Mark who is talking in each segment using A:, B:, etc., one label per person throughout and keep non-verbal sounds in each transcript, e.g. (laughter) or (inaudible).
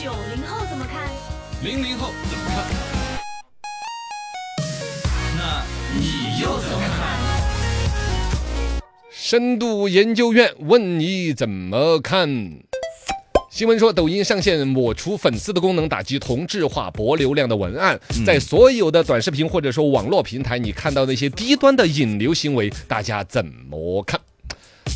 A: 九零后怎么看？
B: 零零后怎么看？那你又怎么看？
C: 深度研究院问你怎么看？新闻说，抖音上线抹除粉丝的功能，打击同质化、博流量的文案。
B: 嗯
C: 在所有的短视频或者说网络平台，你看到那些低端的引流行为，大家怎么看？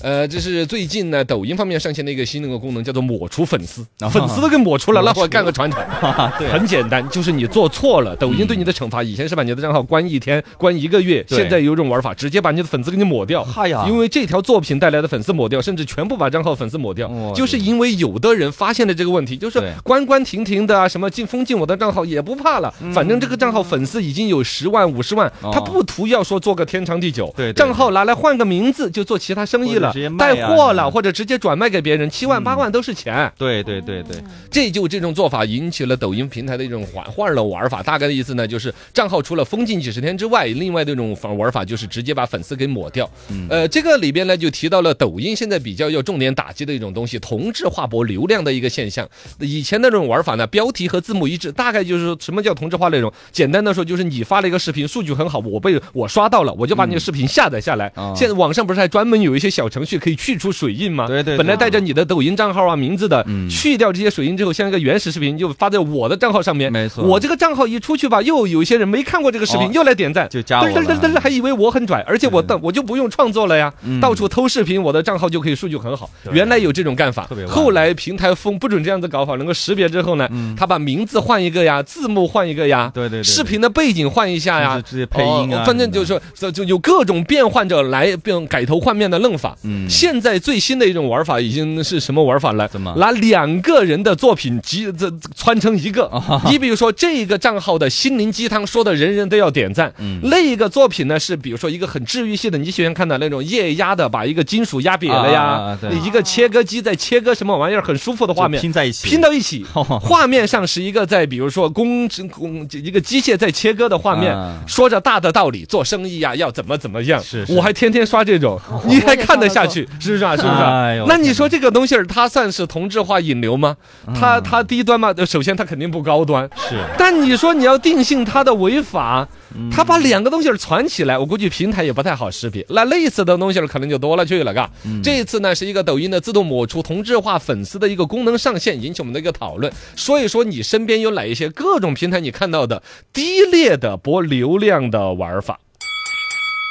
C: 呃，这是最近呢，抖音方面上线的一个新的一个功能，叫做抹除粉丝，
B: 啊
C: 粉丝都给抹除了，那
B: 抹除
C: 我干个传承。
B: (laughs) 对啊嗯
C: 很简单，就是你做错了，抖音对你的惩罚，以前是把你的账号关一天、关一个月，
B: 对
C: 现在有一种玩法，直接把你的粉丝给你抹掉。
B: 嗨呀
C: 因为这条作品带来的粉丝抹掉，甚至全部把账号粉丝抹掉
B: 哇，
C: 就是因为有的人发现了这个问题，就是
B: 对
C: 关关停停的啊，什么进封禁我的账号也不怕了，反正这个账号粉丝已经有十万、五十万
B: 嗯哦，
C: 他不图要说做个天长地久，
B: 对对
C: 账号拿来换个名字就做其他生意
B: 或者
C: 了
B: 直接，卖
C: 带
B: 啊
C: 货
B: 什
C: 了，
B: 么嗯
C: 或者直接转卖给别人，七万八万都是钱。
B: 对对对对，
C: 这就这种做法引起了抖音平台的一种换换了玩法，大概的意思呢，就是账号除了封禁几十天之外，另外的一种反玩法就是直接把粉丝给抹掉。
B: 嗯
C: 呃，这个里边呢就提到了抖音现在比较要重点打击的一种东西——同质化博流量的一个现象。以前那种玩法呢，标题和字幕一致，大概就是什么叫同质化内容？简单的说，就是你发了一个视频，数据很好，我被我刷到了，我就把你的视频下载下来。
B: 嗯啊
C: 现在网上不是还专门有一些小程序可以去除水印吗？
B: 对对对嗯
C: 本来带着你的抖音账号啊、名字的，去掉这些水印之后，像一个原始视频就发在我的账号上面。
B: 没错
C: 哎我这个账号一出去吧，又有一些人没看过这个视
B: 哦
C: 频，又来点赞，
B: 就加我了嗯
C: 噔噔噔噔，还以为我很拽，而且我到我就不用创作了呀，到处偷视频，我的账号就可以数据很好。原来有这种干法
B: 特别，棒
C: 后来平台封不准这样子搞法，能够识别之后呢，他把名字换一个呀，字幕换一个呀，
B: 嗯对对对
C: 视频的背景换一下
B: 甚
C: 呀
B: 至，直接配音啊
C: 哦反正就是说就有各种变换着来变改头换面的弄法。
B: 嗯
C: 现在最新的一种玩法已经是什么玩法了？
B: 怎么
C: 拿两个人的作品集这这穿成一个？
B: 哦
C: 你比如说这个账号的心灵鸡汤说的人人都要点赞，
B: 嗯
C: 那个作品呢是比如说一个很治愈系的，你喜欢看的那种液压的，把一个金属压瘪了
B: 啊
C: 呀
B: 对，
C: 一个切割机在切割什么玩意儿，很舒服的画面
B: 就。拼在一起，
C: 拼到一起，
B: 哦
C: 画面上是一个在比如说工工一个机械在切割的画面
B: 啊，
C: 说着大的道理，做生意啊呀要怎么怎么样
B: 是，哦是
C: 我还天天刷这种， (laughs) 你还看得下去是不是啊？是不是
B: 哎
C: 啊
B: 呦？
C: 那你说这个东西儿它算是同质化引流吗？
B: 嗯
C: 它它低端吗？呃首先它肯定不高端，
B: (laughs) 是
C: 但你说你要定性它的违法，它把两个东西儿攒起来，我估计平台也不太好识别。那类似的东西儿可能就多了去了，嘎。这一次呢是一个抖音的自动抹除同质化粉丝的一个功能上线，引起我们的一个讨论。说一说你身边有哪一些各种平台你看到的低劣的博流量的玩法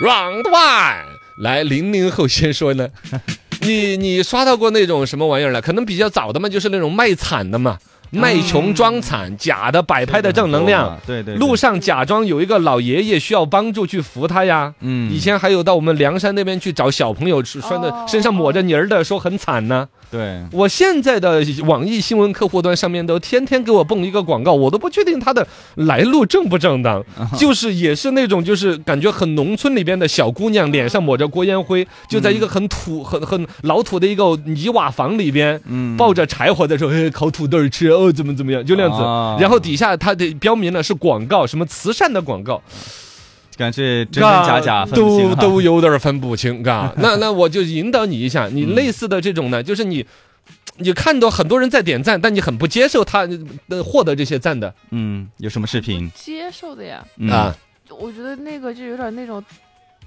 C: ？Round one，来零零后先说呢。你你刷到过那种什么玩意儿了？可能比较早的嘛，就是那种卖惨的嘛，卖穷装惨，假的摆拍的正能量。，
B: 对对，对
C: 路上假装有一个老爷爷需要帮助去扶他呀。
B: 嗯
C: 以前还有到我们凉山那边去找小朋友穿的
A: 哦
C: 身上抹着泥儿的，说很惨呢、
B: 对
C: 我现在的网易新闻客户端上面都天天给我蹦一个广告，我都不确定它的来路正不正当，
B: 嗯
C: 就是也是那种就是感觉很农村里边的小姑娘脸上抹着锅烟
B: 嗯
C: 灰，就在一个很土、很很老土的一个泥瓦房里边，
B: 嗯
C: 抱着柴火在说、哎、烤土豆儿吃哦，怎么怎么嗯样，就那样子。
B: 啊
C: 然后底下它的标明了是广告，什么慈善的广告，啊
B: 感觉真真假假分不清啊
C: 都
B: 哈
C: 都有点分不
B: (laughs)
C: 清，嘎。那那我就引导你一下，
B: 嗯
C: 你类似的这种呢，就是你。你看到很多人在点赞，但你很不接受他呃获得这些赞的、
B: 嗯，有什么视频
D: 接受的呀，
B: 嗯
C: 啊，
D: 我觉得那个就有点那种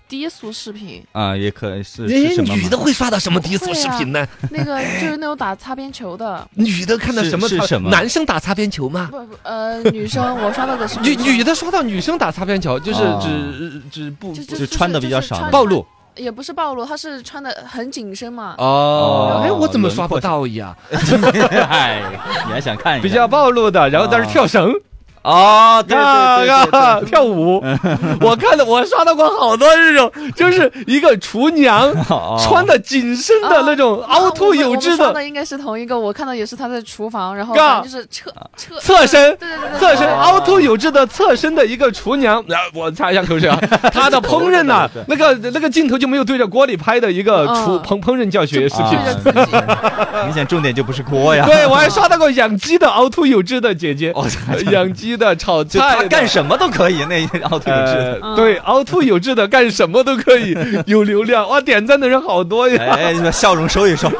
D: 低俗视频，
B: 啊，也可是是
C: 哎，
B: 什么
C: 女
B: 吗？
C: 的会刷到什么低俗
D: 会
C: 视
D: 啊
C: 频呢？
D: 那个就是那种打擦边球的，
C: 女的看到
B: 是
C: 什么
B: 是
C: 擦
B: 什么
C: 男生打擦边球吗？
D: 不不呃，女生我刷到的视
C: 女
D: 频，
C: 女的刷到女生打擦边球，就是
B: 啊
C: 只只不
D: 就
C: 不
D: 就
B: 就穿得比较少
D: 穿
C: 暴露
D: 也不是暴露，她是穿的很紧身嘛，
C: 哦。哎，我怎么
B: 轮
C: 刷不
B: 廓
C: 到呀？
B: (laughs) 哎，你还想看一下
C: 比较暴露的，然后在那儿
B: 啊
C: 跳绳，
B: 哦，对对对对
C: 啊啊！跳舞，我看到我刷到过好多这种，就是一个厨 (laughs) 娘
B: 哦
C: 穿的紧身的那种凹凸有致
D: 啊的，我们刷
C: 的
D: 的应该是同一个，我看到也是她在厨房，然后
C: 嘎
D: 反正就是侧侧
C: 侧身
D: 对对对对，
C: 侧身
D: 对
C: 凹凸有致的侧身的一个厨娘，啊我擦一下口水啊， (laughs) 她的烹饪呐、
B: 对
C: 那个那个镜头就没有对着锅里拍的一个厨
D: 嗯
C: 烹烹饪教学视频。
D: 对着自己，
B: 明显重点就不是锅呀。
C: 对，我还刷到过养鸡的凹凸有致的姐姐
B: 哦，
C: 养鸡鸡的、炒
B: 就
C: 菜
B: 他
C: 的
B: 干什么都可以，那凹凸有致。
C: 呃对，凹凸有致的，干什么都可以，有流量哇！点赞的人好多呀，
B: 哎，你把笑容收一收，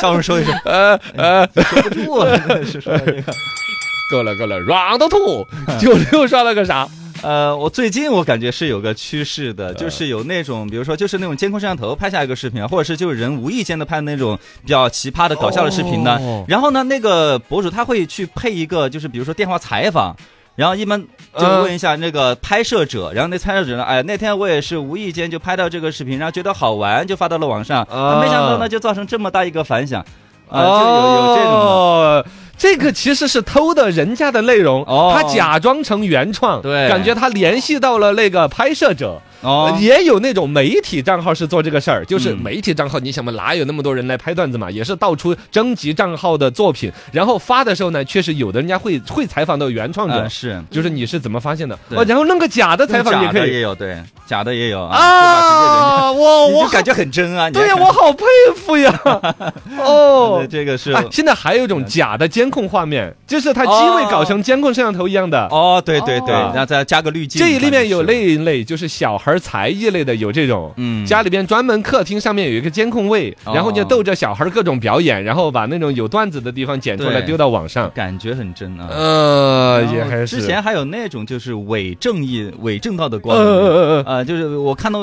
B: 笑容收一收，
C: 呃呃，
B: 收不住啊！真的是说到这个，
C: (laughs) 够了够了，软的
B: (laughs)
C: 吐。九六刷了个啥？
B: 呃，我最近我感觉是有个趋势的，
C: 呃
B: 就是有那种，比如说就是那种监控摄像头拍下一个视频啊，或者是就是人无意间的拍那种比较奇葩的搞笑的视频呢，
C: 哦
B: 然后呢，那个博主他会去配一个，就是比如说电话采访。然后一般就
C: 嗯
B: 问一下那个拍摄者，然后那拍摄者呢，哎，那天我也是无意间就拍到这个视频，然后觉得好玩，就发到了网上，
C: 啊
B: 没想到呢就造成这么大一个反响，啊，就有有这种的，
C: 哦这个其实是偷的人家的内容，
B: 哦
C: 他假装成原创，
B: 对
C: 感觉他联系到了那个拍摄者，
B: 哦，
C: 也有那种媒体账号是做这个事儿，就是
B: 嗯
C: 媒体账号，你想嘛，哪有那么多人来拍段子嘛？也是到处征集账号的作品，然后发的时候呢，确实有的人家会会采访到原创者
B: 嗯，，是。
C: 就是你是怎么发现的？
B: 对
C: 哦，然后弄个假的采访也
B: 假
C: 可
B: 的
C: 以
B: 也有，对，假的也有啊
C: 啊！我
B: 就把直接人家你就感觉
C: 我
B: 很真啊！你
C: 对呀，
B: 还
C: 我好佩服 (laughs) 呀！哦
B: 看，这个是嗯
C: 哎，现在还有一种假的监控画面，就是它机位搞成监控摄像头一样的。
B: 哦，对对对，
D: 哦
B: 然后再加个滤镜，
C: 这里面有
B: 类，
C: 那一类，就是小孩才艺类的，有这种。
B: 嗯，
C: 家里边专门客厅上面有一个监控位，
B: 哦
C: 然后就逗着小孩各种表演，然后把那种有段子的地方剪出来
B: 对
C: 丢到网上。
B: 感觉很真啊。
C: 呃，
B: 然后
C: 也还是
B: 之前还有那种就是伪正义、伪正道的
C: 呃
B: 光明。
C: 呃呃呃
B: 呃，就是我看到，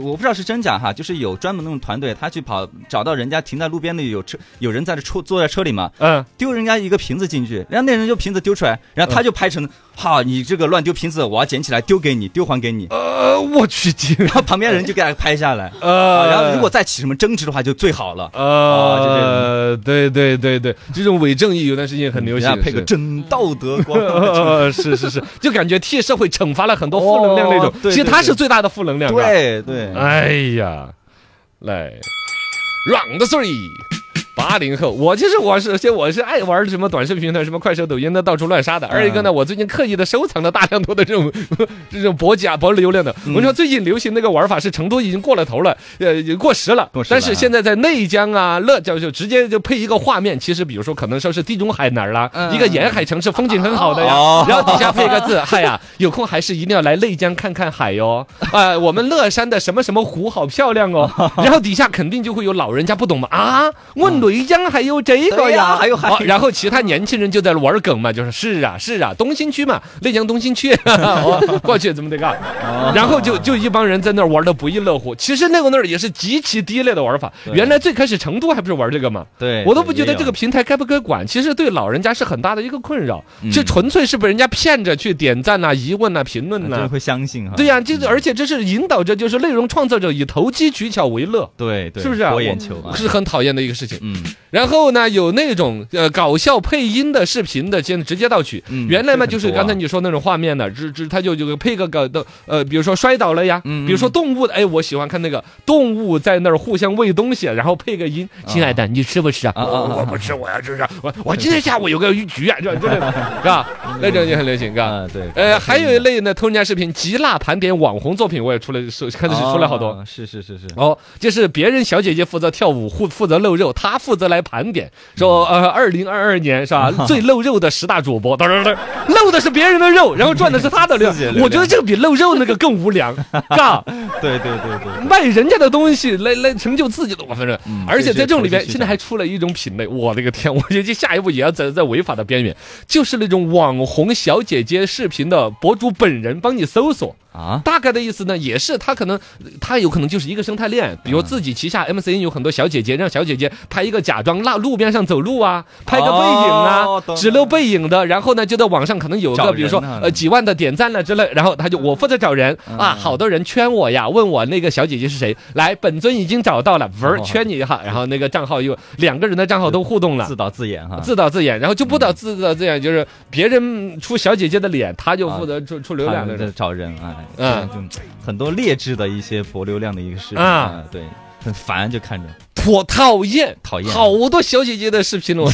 B: 我不知道是真假哈，就是有专门那种团队，他去跑找到人家停在路边的有车，有人在这车坐在车里嘛，
C: 嗯，
B: 丢人家一个瓶子进去，然后那人就瓶子丢出来，然后他就拍成，哈，你这个乱丢瓶子，我要捡起来丢给你，丢还给你， (laughs)
C: 呃，我去， (laughs) 这个
B: 然后旁边人就给他拍下来，啊，
C: 呃，
B: 然后如果再起什么争执的话，就最好了。啊就这
C: 呃，对对对对，这种伪正义有段时间很流行
B: 人，家配个
C: 是
B: 真道德
C: (laughs)
B: 观，
C: 呃，是是是，就感觉替社会惩罚了很多负能量那种
B: 哦，对对
C: 其实他
B: 对
C: 是最大的负能量。，啊
B: 对对，
C: 哎呀，来，round three。八零后，我其实我是，而且我是爱玩什么短视频的，什么快手、抖音的，到处乱杀的。二一个呢，我最近刻意的收藏了大量多的这种 (laughs) 这种博假博流量的。我跟你说，最近流行那个玩法是成都已经过了头了，呃，已经过时了
B: 过。时
C: 但
B: 了
C: 是现在在内江啊、乐江就直接就配一个画面，其实比如说可能说是地中海哪儿啦，
B: 嗯
C: 一个沿海城市风景很好的呀，
B: 哦
C: 然后底下配一个字，嗨呀， (laughs) 有空还是一定要来内江看看海 (laughs) 哟。啊、我们乐山的什么什么湖好漂亮
B: (laughs)
C: 哦。然后底下肯定就会有老人家不懂嘛啊，我内江还有这个
B: 嗯对
C: 呀，
B: 呀还有还有
C: 哦然后其他年轻人就在玩梗嘛，就是是啊是啊，东新区嘛，内江东新区， (laughs) 哦过去怎么得干？ (laughs) 然后就就一帮人在那儿玩的不亦乐乎。其实那个那儿也是极其低劣的玩法。
B: 对
C: 原来最开始成都还不是玩这个嘛，
B: 对
C: 我都不觉得这个平台该不该管，其实对老人家是很大的一个困扰，
B: 嗯
C: 这纯粹是被人家骗着去点赞呐、疑问呐、评论
B: 啊真
C: 呐、
B: 的会相信哈。
C: 对呀、这个而且这是引导着就是内容创作者以投机取巧为乐，
B: 对对，
C: 是不是啊
B: 博眼球啊？
C: 是很讨厌的一个事情。
B: 嗯，
C: 然后呢，有那种呃搞笑配音的视频的，现在直接盗取。
B: 嗯
C: 原来嘛，
B: 这很
C: 就是
B: 多啊
C: 刚才你说那种画面呢，只只他就就配个个的呃，比如说摔倒了呀，
B: 嗯嗯
C: 比如说动物的，哎，我喜欢看那个动物在那儿互相喂东西，然后配个音，亲爱的，你吃不吃啊？
B: 啊啊啊
C: 我我不吃，我要吃啥？我我今天下午有个局啊，这
B: (laughs)
C: 这这，是吧？那种也很流行，嘎。
B: 啊对，
C: 呃，还有一类呢，偷人家视频，极辣盘点网红作品，我也出来是看的是出来好多。
B: 啊，是是是是，
C: 哦，就是别人小姐姐负责跳舞，负负责露肉，她负责来盘点，说呃，二零二二年是吧，最露肉的十大主播，当然当然露的是别人的肉，然后赚的是她的料
B: 自己的料
C: 我觉得这个比露肉那个更无良，嘎，
B: 对对对对，
C: 卖人家的东西来来成就自己的，我反正
B: 嗯，
C: 而且在这种里边，
B: 这是
C: 现在还出了一种品类，我的个天， (laughs) 我觉得下一步也要在在违法的边缘，就是那种网红小姐姐视频的博主本人帮你搜索。
B: 啊，
C: 大概的意思呢，也是他可能他有可能就是一个生态
B: 嗯
C: 链，比如自己旗下 MCN 有很多小姐姐，让小姐姐拍一个假装那路边上走路啊，拍个背影啊
B: 哦，懂了
C: 只露背影的，然后呢就在网上可能有
B: 找
C: 个
B: 人啊
C: 比如说
B: 呢
C: 呃几万的点赞了之类，然后他就我负责找人
B: 嗯
C: 啊，好多人圈我呀，问我那个小姐姐是谁，来本尊已经找到了，文儿
B: 哦
C: 圈你一下，然后那个账号又两个人的账号都互动了，
B: 自导自演哈，
C: 自导自演，然后就不导自导自演，就是别人出小姐姐的脸，他就
B: 啊
C: 负责出出流
B: 他
C: 量
B: 们
C: 的。
B: 在找人啊，
C: 嗯
B: 这种很多劣质的一些博流量的一个视频
C: 啊
B: 啊，对，很烦，就看着
C: 颇讨厌，
B: 讨厌
C: 好多小姐姐的视频了，我